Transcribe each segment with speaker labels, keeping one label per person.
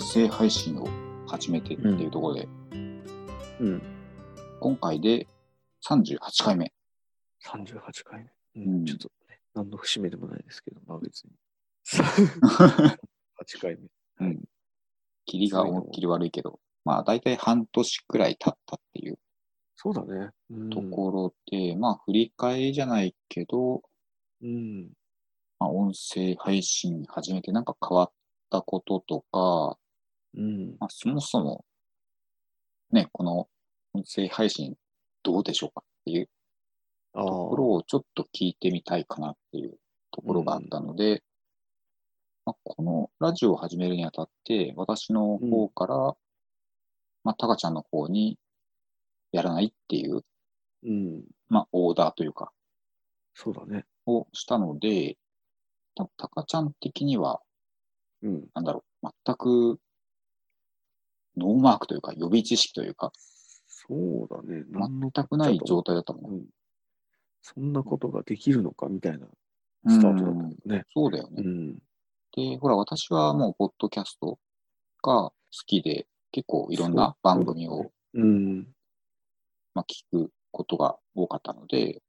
Speaker 1: 声配信を始めてっていうところで、
Speaker 2: うん。
Speaker 1: 今回で38回目。
Speaker 2: 38回目。
Speaker 1: うん
Speaker 2: ちょっとね、何の節目でもないですけど、まあ別 に。8回目。
Speaker 1: 霧が思いっきり悪いけど、まあ大体半年くらい経ったっていう
Speaker 2: そうだね。うん
Speaker 1: ところで、まあ振り返りじゃないけど、
Speaker 2: うん。
Speaker 1: まあ、音声配信始めてなんか変わったこととか、
Speaker 2: うん。
Speaker 1: まあ、そもそも、ね、この音声配信どうでしょうかっていう
Speaker 2: ああ。
Speaker 1: ところをちょっと聞いてみたいかなっていうところがあったので、まあ、このラジオを始めるにあたって、私の方から、まあ、タカちゃんの方にやらないっていう、
Speaker 2: うん。
Speaker 1: まあ、オーダーというか、
Speaker 2: そうだね。
Speaker 1: をしたので、多分タカちゃん的には、
Speaker 2: うん。
Speaker 1: なんだろう、全く、ノーマークというか、予備知識というか、
Speaker 2: そうだね。何の
Speaker 1: 全くない状態だったもんね。
Speaker 2: うん。そんなことができるのかみたいなスタートだった
Speaker 1: うん
Speaker 2: よね。
Speaker 1: そうだよね。
Speaker 2: うん。
Speaker 1: で、ほら、私はもう、ポッドキャストが好きで、結構いろんな番組
Speaker 2: そうだ
Speaker 1: を、
Speaker 2: うん。
Speaker 1: まあ、聞くことが多かったので、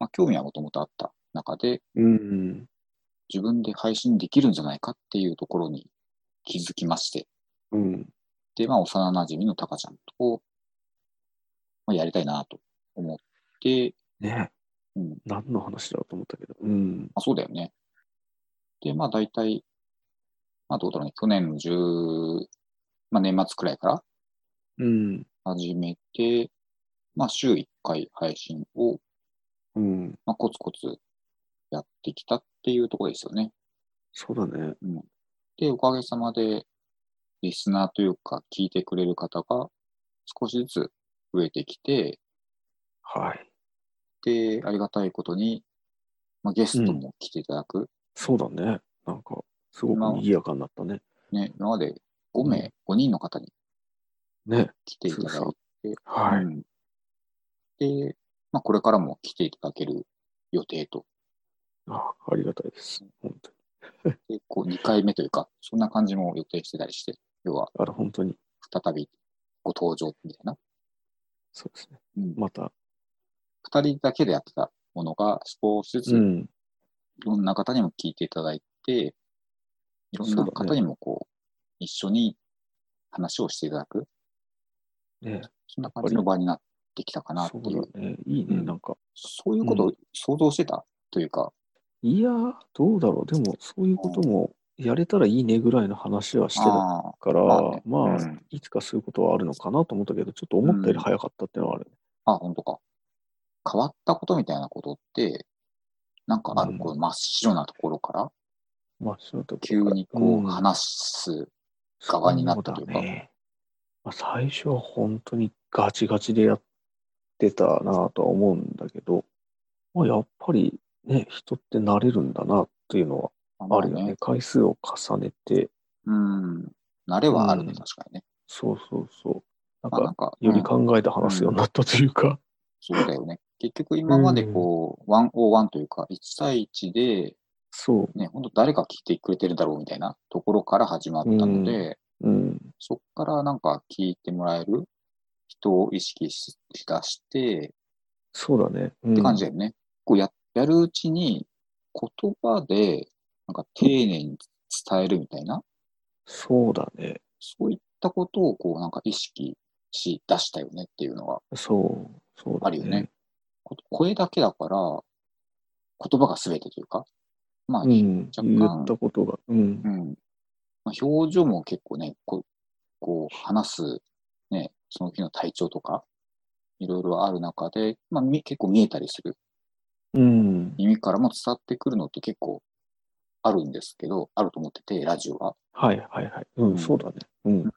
Speaker 1: まあ、興味はもともとあった中で、
Speaker 2: うん。
Speaker 1: 自分で配信できるんじゃないかっていうところに気づきまして、
Speaker 2: うん。
Speaker 1: で、まあ、幼馴染のタカちゃんと、まあ、やりたいなと思って、
Speaker 2: ね。
Speaker 1: うん、
Speaker 2: 何の話だと思ったけど。うん。
Speaker 1: あ、そうだよね。で、まあ大体、まあどうだろうね、去年の10、まあ年末くらいから
Speaker 2: うん。
Speaker 1: 始めて、まあ週1回配信を、
Speaker 2: うん。
Speaker 1: まあ、コツコツやってきたっていうところですよね。
Speaker 2: そうだね。
Speaker 1: で、おかげさまで、リスナーというか聞いてくれる方が少しずつ増えてきて、
Speaker 2: はい。
Speaker 1: で、ありがたいことに、まあ、ゲストも来ていただく。
Speaker 2: そうだね。なんか、すごく賑やかになったね。
Speaker 1: ね、今まで5名、5人の方に
Speaker 2: ね。
Speaker 1: 来ていただいて
Speaker 2: そうは
Speaker 1: う
Speaker 2: い。
Speaker 1: んで、まあ、これからも来ていただける予定と、
Speaker 2: あありがたいです。本当に。
Speaker 1: でこう2回目というか、そんな感じも予定してたりして、要は
Speaker 2: あら、本当に。
Speaker 1: 再びご登場みたいな、
Speaker 2: そうですね。
Speaker 1: うん
Speaker 2: また。
Speaker 1: 2人だけでやってたものが、少しずつ
Speaker 2: う
Speaker 1: い
Speaker 2: ん。
Speaker 1: ろんな方にも聞いていただいて、いろん
Speaker 2: そ
Speaker 1: な
Speaker 2: うだね
Speaker 1: 方にもこう、一緒に話をしていただく、
Speaker 2: ね。
Speaker 1: そんな感じの場になってきたかなって
Speaker 2: そ
Speaker 1: いう、
Speaker 2: うだね。いいね。
Speaker 1: うん
Speaker 2: なんか。
Speaker 1: そういうことを想像してたというか、
Speaker 2: いやー、どうだろう。でも、そういうこともやれたらいいねぐらいの話はしてた
Speaker 1: ああ、
Speaker 2: から、
Speaker 1: ま
Speaker 2: ま
Speaker 1: あ
Speaker 2: あ、
Speaker 1: ねうん
Speaker 2: いつかそういうことはあるのかなと思ったけど、ちょっと思ったより早かったっていうのはあるね。
Speaker 1: あ、本当か。変わったことみたいなことって、なんかある、
Speaker 2: うん
Speaker 1: こう真っ白なところから、
Speaker 2: まあ、その時
Speaker 1: 急にこ
Speaker 2: うん
Speaker 1: う話す。側になったというか
Speaker 2: そうだねまあ、最初は本当にガチガチでやってたなぁとは思うんだけど、まあ、やっぱりね、人って慣れるんだなっていうのはあるよね。。回数を重ねて、
Speaker 1: うん。慣れはあるね、
Speaker 2: うん
Speaker 1: 確かにね。
Speaker 2: そうそうそう。なん
Speaker 1: まあな
Speaker 2: か、
Speaker 1: んか、
Speaker 2: よ
Speaker 1: う
Speaker 2: り
Speaker 1: ん
Speaker 2: 考えて話すようになったというか、
Speaker 1: そうだよね。結局今までこう、ワンオーワンというか、1対1で、
Speaker 2: そ
Speaker 1: ね、本当誰が聞いてくれてるだろうみたいなところから始まったので、
Speaker 2: う。うん。
Speaker 1: そこからなんか聞いてもらえる人を意識ししだして、
Speaker 2: そうだね。っ
Speaker 1: って感じだよね。こうややるうちに言葉でなんか丁寧に伝えるみたいな、
Speaker 2: そうだね。
Speaker 1: そういったことをこうなんか意識し出したよねっていうのは、
Speaker 2: そう。そうだ、ね。
Speaker 1: あるよねこ声だけだから言葉が全てというか、まあ、
Speaker 2: うん。
Speaker 1: 若干
Speaker 2: 言ったことが。うん
Speaker 1: う。んまあ、表情も結構ね、こうこう話す、ね、その日の体調とか、いろいろある中で、まあ、み結構見えたりする。
Speaker 2: うん。
Speaker 1: 耳からも伝わってくるのって結構あるんですけど、あると思ってて、ラジオは。
Speaker 2: はいはいはい。う
Speaker 1: うん
Speaker 2: ん、そうだね。うん。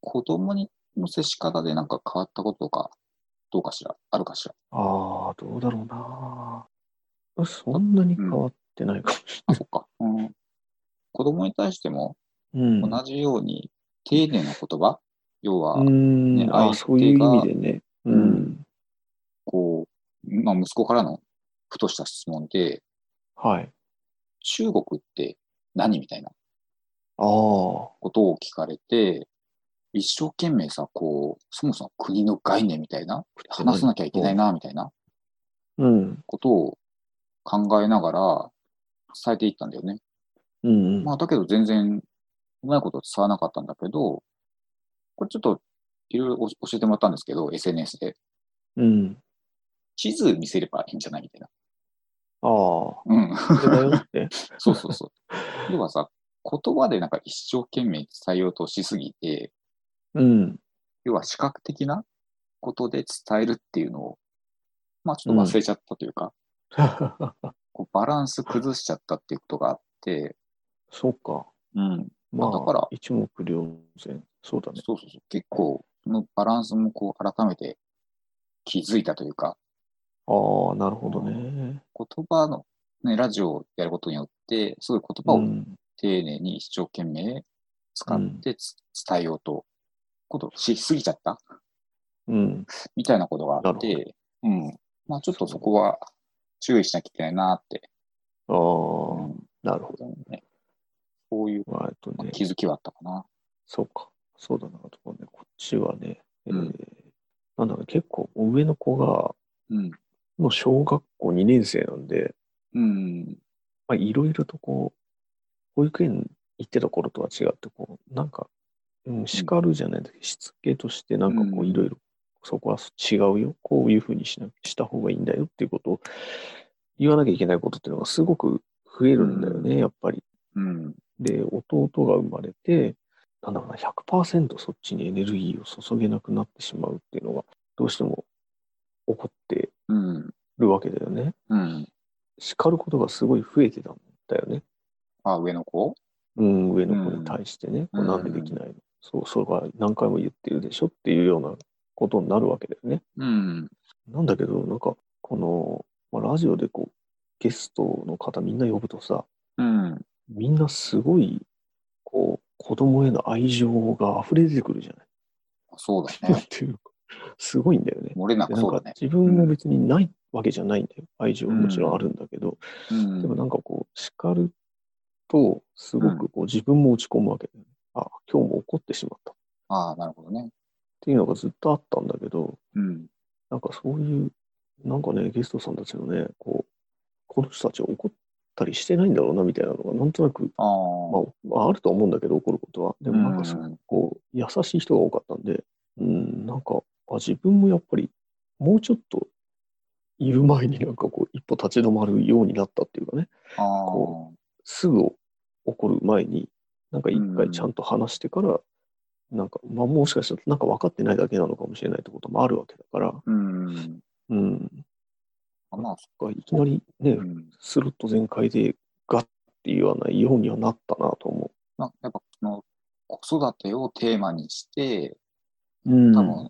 Speaker 1: 子供にの接し方でなんか変わったこととか、どうかしら、あるかし ら。
Speaker 2: ああ、どうだろうな。そんなに変わってないかもし
Speaker 1: あ、そっか。うん。子供に対しても
Speaker 2: れない。
Speaker 1: 同じように丁寧な言葉、要は
Speaker 2: う、ん。
Speaker 1: ね
Speaker 2: あ
Speaker 1: 相手が
Speaker 2: あ、そういう意味でね。うん。
Speaker 1: こまあ、息子からのふとした質問で、
Speaker 2: はい。
Speaker 1: 中国って何みたいな
Speaker 2: ああ、
Speaker 1: ことを聞かれて、一生懸命さ、こう、そもそも国の概念みたいな、話さなきゃいけないな、みたいな
Speaker 2: うん。
Speaker 1: ことを考えながら伝えていったんだよね。
Speaker 2: うんうん。
Speaker 1: まあ、だけど全然、うまいこと伝わらなかったんだけど、これちょっと、いろいろ教教えてもらったんですけど、SNS で。
Speaker 2: うん。
Speaker 1: 地図見せればいいんじゃないみたいな。
Speaker 2: ああ。
Speaker 1: うん。
Speaker 2: それだよ って。
Speaker 1: そうそうそう。要はさ、言葉でなんか一生懸命伝えようとしすぎて、
Speaker 2: うん。
Speaker 1: 要は視覚的なことで伝えるっていうのを、まあちょっと忘れちゃったというか、こうバランス崩しちゃったっていうことがあって、
Speaker 2: そうか。
Speaker 1: うん。
Speaker 2: まあ、
Speaker 1: だから
Speaker 2: 一目瞭然。そうだね。
Speaker 1: そうそうそう。結構、そのバランスもこう改めて気づいたというか、
Speaker 2: ああ、なるほどね。
Speaker 1: 言葉の、ね、ラジオをやることによって、すごい言葉を
Speaker 2: うん。
Speaker 1: 丁寧に一生懸命使ってつ、伝えようと、ことしすぎちゃった
Speaker 2: うん。
Speaker 1: みたいなことがあっ
Speaker 2: な
Speaker 1: て、うん。まあちょっとそこは注意しなきゃいけないなって、
Speaker 2: ああ、
Speaker 1: うん
Speaker 2: なるほど。
Speaker 1: ね、そういう
Speaker 2: まあ、えっとね、
Speaker 1: 気づきはあったかな。
Speaker 2: そうか。そうだな、とかね、こっちはね、えー
Speaker 1: うん
Speaker 2: なんだろう、結構上の子が、
Speaker 1: うん。
Speaker 2: もう小学校2年生なんで、
Speaker 1: うん。
Speaker 2: まあ、いろいろとこう、保育園行ってた頃とは違って、こう、なんか、うん、叱るじゃないんだけど、しつけとして、なんかこ
Speaker 1: う
Speaker 2: う、
Speaker 1: ん
Speaker 2: いろいろ、そこは違うよ、こういうふうにしなした方がいいんだよっていうことを、言わなきゃいけないことっていうのがすごく増えるんだよね、やっぱり。
Speaker 1: うん。
Speaker 2: で、弟が生まれて、なんだろうな、100%そっちにエネルギーを注げなくなってしまうっていうのが、どうしても起こって
Speaker 1: うん。
Speaker 2: るわけだよね。
Speaker 1: うん。
Speaker 2: 叱ることがすごい増えてたんだよね。
Speaker 1: あ、上の子
Speaker 2: うん、上の子に対してね、
Speaker 1: うん
Speaker 2: こうなんでできないの、そう、それが何回も言ってるでしょっていうようなことになるわけだよね。
Speaker 1: うん。
Speaker 2: なんだけど、なんか、この、まあ、ラジオでこう、ゲストの方みんな呼ぶとさ、
Speaker 1: うん。
Speaker 2: みんなすごい、こう、子供への愛情が溢れ出てくるじゃない。
Speaker 1: そう だ
Speaker 2: っ
Speaker 1: ね。
Speaker 2: ていうか、すごいんだよね。
Speaker 1: 漏れな
Speaker 2: で
Speaker 1: く
Speaker 2: なん
Speaker 1: そうだ
Speaker 2: か
Speaker 1: ね。
Speaker 2: 自分も別にないわけじゃないんだよ。愛情ももちろんあるんだけど、
Speaker 1: うん
Speaker 2: でもなんかこう、叱ると、すごくこう自分も落ち込むわけだよね。あ、今日も怒ってしまったっ
Speaker 1: ああ、なるほどね。
Speaker 2: ていうのがずっとあったんだけど、
Speaker 1: うん。
Speaker 2: なんかそういう、なんかね、ゲストさんたちのね、こう、この人たちは怒ったりしてないんだろうなみたいなのが、なんとなく、
Speaker 1: ああ。
Speaker 2: まあまあ、あるとは思うんだけど、怒ることは。でもなんかすごく
Speaker 1: うん
Speaker 2: こう、優しい人が多かったんで、うん、なんか、あ自分もやっぱり、もうちょっと、いる前になんかこう、一歩立ち止まるようになったっていうかね、
Speaker 1: ああ
Speaker 2: こすぐ怒る前に、なんか一回ちゃんと話してから、なんか、まあもしかしたらなんか分かってないだけなのかもしれないってこともあるわけだから、
Speaker 1: うん。
Speaker 2: うん、
Speaker 1: まあ、
Speaker 2: がいきなりね、
Speaker 1: うん。
Speaker 2: スルッと全開でガッって言わないようにはなったなと思
Speaker 1: まあ、やっぱ、その、子育てをテーマにして、
Speaker 2: う。うん
Speaker 1: 多分、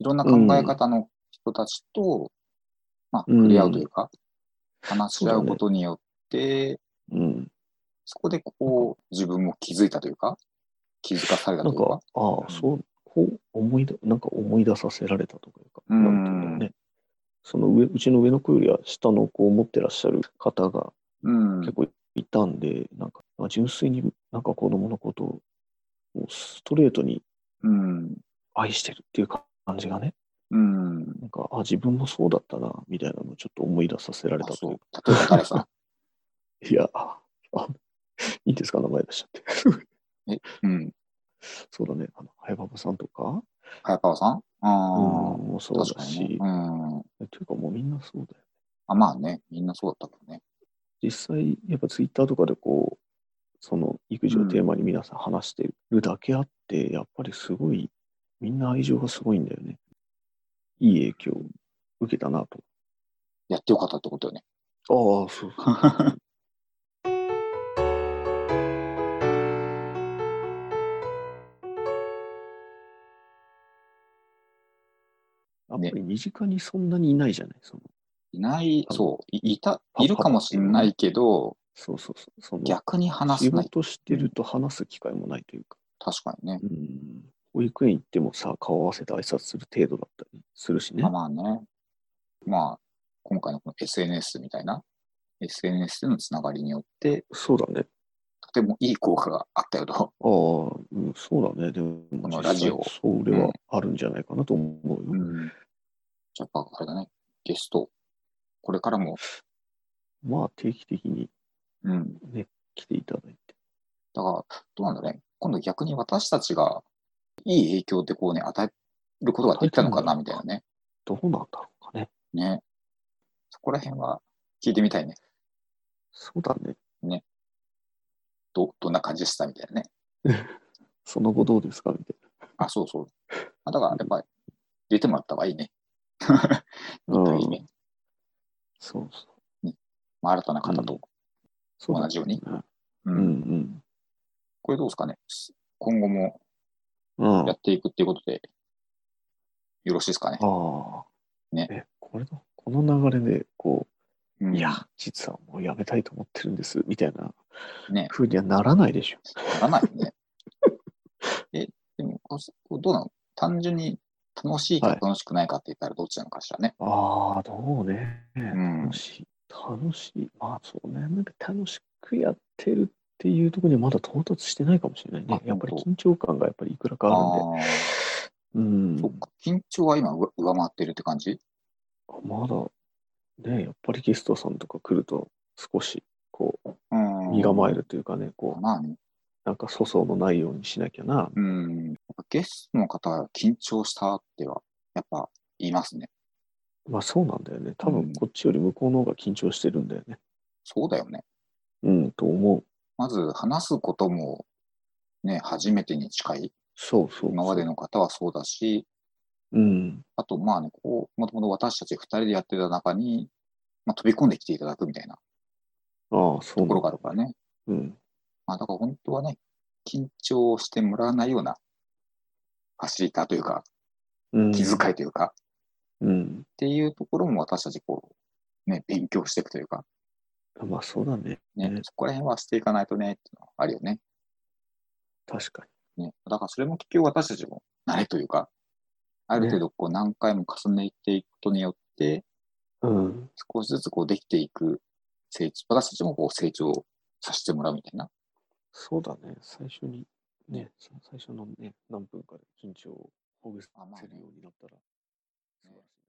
Speaker 1: いろんな考え方の人たちと、まあ、
Speaker 2: うん
Speaker 1: 触れ合うというか、話し
Speaker 2: そうだ
Speaker 1: 合
Speaker 2: ね
Speaker 1: うことによって、
Speaker 2: うん、
Speaker 1: そこでこう、自分も気づいたというか、気づかされた
Speaker 2: な
Speaker 1: と
Speaker 2: ん
Speaker 1: いうか
Speaker 2: か、、あ
Speaker 1: ん
Speaker 2: あ、そう、こう思い出、なんか思い出させられたとかいうか、
Speaker 1: うん
Speaker 2: なんていうんだろうね。その上、うちの上の子よりは下の子を持ってらっしゃる方が
Speaker 1: うん。
Speaker 2: 結構いたんで、なんか、まあ純粋になんか子供のことをもうストレートに
Speaker 1: うん。
Speaker 2: 愛してるっていう感じがね、
Speaker 1: うん。
Speaker 2: なんか、あ、自分もそうだったな、みたいなのをちょっと思い出させられ
Speaker 1: あ
Speaker 2: た
Speaker 1: そう
Speaker 2: と。
Speaker 1: 例えば誰さ、
Speaker 2: いや、あ、いいんですか、名前出しちゃって。
Speaker 1: うん。
Speaker 2: そうだね、あの、早馬場さんとか、
Speaker 1: 早川さん
Speaker 2: う
Speaker 1: あ
Speaker 2: ん、もうそ
Speaker 1: あ、
Speaker 2: う
Speaker 1: 確
Speaker 2: だ
Speaker 1: か
Speaker 2: し、
Speaker 1: にね。うん。
Speaker 2: というかもうみんなそうだよ。
Speaker 1: あ、まあね、みんなそうだったけどね。
Speaker 2: 実際、やっぱツイッターとかでこう、その育児をテーマに皆さん話してるだけあって、やっぱりすごい、みんな愛情がすごいんだよね。いい影響を受けたな
Speaker 1: やってよかったってことよね。
Speaker 2: と。ああ、そう。やっぱり身近にそんなにいないじゃない、その
Speaker 1: いない、
Speaker 2: あの
Speaker 1: そう、いいた、
Speaker 2: パパ
Speaker 1: いるかもしれないけど、
Speaker 2: そうそうそう。その
Speaker 1: 逆に話
Speaker 2: 仕
Speaker 1: せない。
Speaker 2: 事してると話す機会もないというか、
Speaker 1: 確かにね。
Speaker 2: うん、保育園行ってもさ、顔合わせて挨拶する程度だったりするしね
Speaker 1: まあ。まあね。まあ、今回のこの SNS みたいな、SNS でのつながりによって、
Speaker 2: そうだね。
Speaker 1: とてもいい効果があったよと。
Speaker 2: ああ、うん、そうだね。でも、
Speaker 1: この
Speaker 2: 実
Speaker 1: ラジ
Speaker 2: 際
Speaker 1: オ
Speaker 2: それはあるんじゃないかなと思うよ。
Speaker 1: うん。やっぱあれだね、ゲスト、これからも、
Speaker 2: まあ、定期的に
Speaker 1: うん。
Speaker 2: 来ていただいて。
Speaker 1: だから、どうなんだろうね。今度逆に私たちが、いい影響ってこうね、与えることができたのかな、みたいなね。
Speaker 2: どうなんだろうかね。
Speaker 1: ね。そこら辺は聞いてみたいね。
Speaker 2: そうだね。
Speaker 1: ど、どんな感じでしたみたいなね。
Speaker 2: その後どうですかみたい
Speaker 1: あ、そうそう。あだから、やっぱり、出てもらった方がいい ね。
Speaker 2: な。
Speaker 1: いい
Speaker 2: うん
Speaker 1: ね。
Speaker 2: そうそう。
Speaker 1: まあ、新たな方と
Speaker 2: そうだ
Speaker 1: 同
Speaker 2: ね
Speaker 1: じように。う。
Speaker 2: うんん
Speaker 1: これどうですかね。今後も
Speaker 2: うん。うん。
Speaker 1: や
Speaker 2: あ
Speaker 1: っていくっていうことで、よろしいですかね。
Speaker 2: あ。
Speaker 1: ね
Speaker 2: え、これだ。この流れで、こ
Speaker 1: う
Speaker 2: う、
Speaker 1: ん
Speaker 2: いや、実はもうやめたいと思ってるんです、みたいな
Speaker 1: ね。
Speaker 2: ふうにはならないでしょ。
Speaker 1: ならないよね。 え、でも、こうどうなの単純に楽しいか
Speaker 2: はい
Speaker 1: 楽しくないかって言ったらどっちなのかしらね。
Speaker 2: ああ、どうね。
Speaker 1: ん
Speaker 2: 楽しい。楽しい。まあ、そうね。なんか楽しくやってるっていうところにはまだ到達してないかもしれないね
Speaker 1: あ。
Speaker 2: やっぱり
Speaker 1: 本
Speaker 2: 緊張感がやっぱりいくらかあるんで。
Speaker 1: ー
Speaker 2: うん
Speaker 1: そっか。緊張は今上上回ってるって感じ
Speaker 2: まだ、ね、やっぱりゲストさんとか来ると、少し、こう、
Speaker 1: うん
Speaker 2: 身構えるというかね、こう、
Speaker 1: まあね。
Speaker 2: なんか粗相のないようにしなきゃな。
Speaker 1: うん。やっぱゲストの方が緊張したっては、やっぱ言いますね。
Speaker 2: まあそうなんだよね。多
Speaker 1: うん
Speaker 2: 分こっちより向こうの方が緊張してるんだよね。
Speaker 1: そうだよね。
Speaker 2: うん、と思う。
Speaker 1: まず話すことも、ね、初めてに近い。
Speaker 2: そうそうそう。
Speaker 1: 今までの方はそうだし、
Speaker 2: うん。
Speaker 1: あとまあね、こう、もともと私たち二人でやってた中に、まあ、飛び込んできていただくみたいな
Speaker 2: ああ、そう
Speaker 1: と
Speaker 2: なん
Speaker 1: ころがあ
Speaker 2: だ。
Speaker 1: るからね。
Speaker 2: うん。
Speaker 1: まあ、だから本当はね、緊張してもらわないような、ファシリターというか、
Speaker 2: うん、
Speaker 1: 気遣いというか、っ
Speaker 2: うん。
Speaker 1: ていうところも私たちこう、ね、勉強していくというか、
Speaker 2: まあそうだね。
Speaker 1: ね、
Speaker 2: ね
Speaker 1: そこら辺はしていかないとね、っていうのはあるよね。
Speaker 2: 確か
Speaker 1: ね、だからそれも結局私たちも慣れというか、ある程度こう何回も重ねていくことによって、
Speaker 2: に。うん。
Speaker 1: 少しずつこうできていく成長、私たちもこう成長させてもらうみたいな。
Speaker 2: そうだね。最初に、ね、さ最初のね、何分かで緊張をほぐせるようになったら、素晴らしい。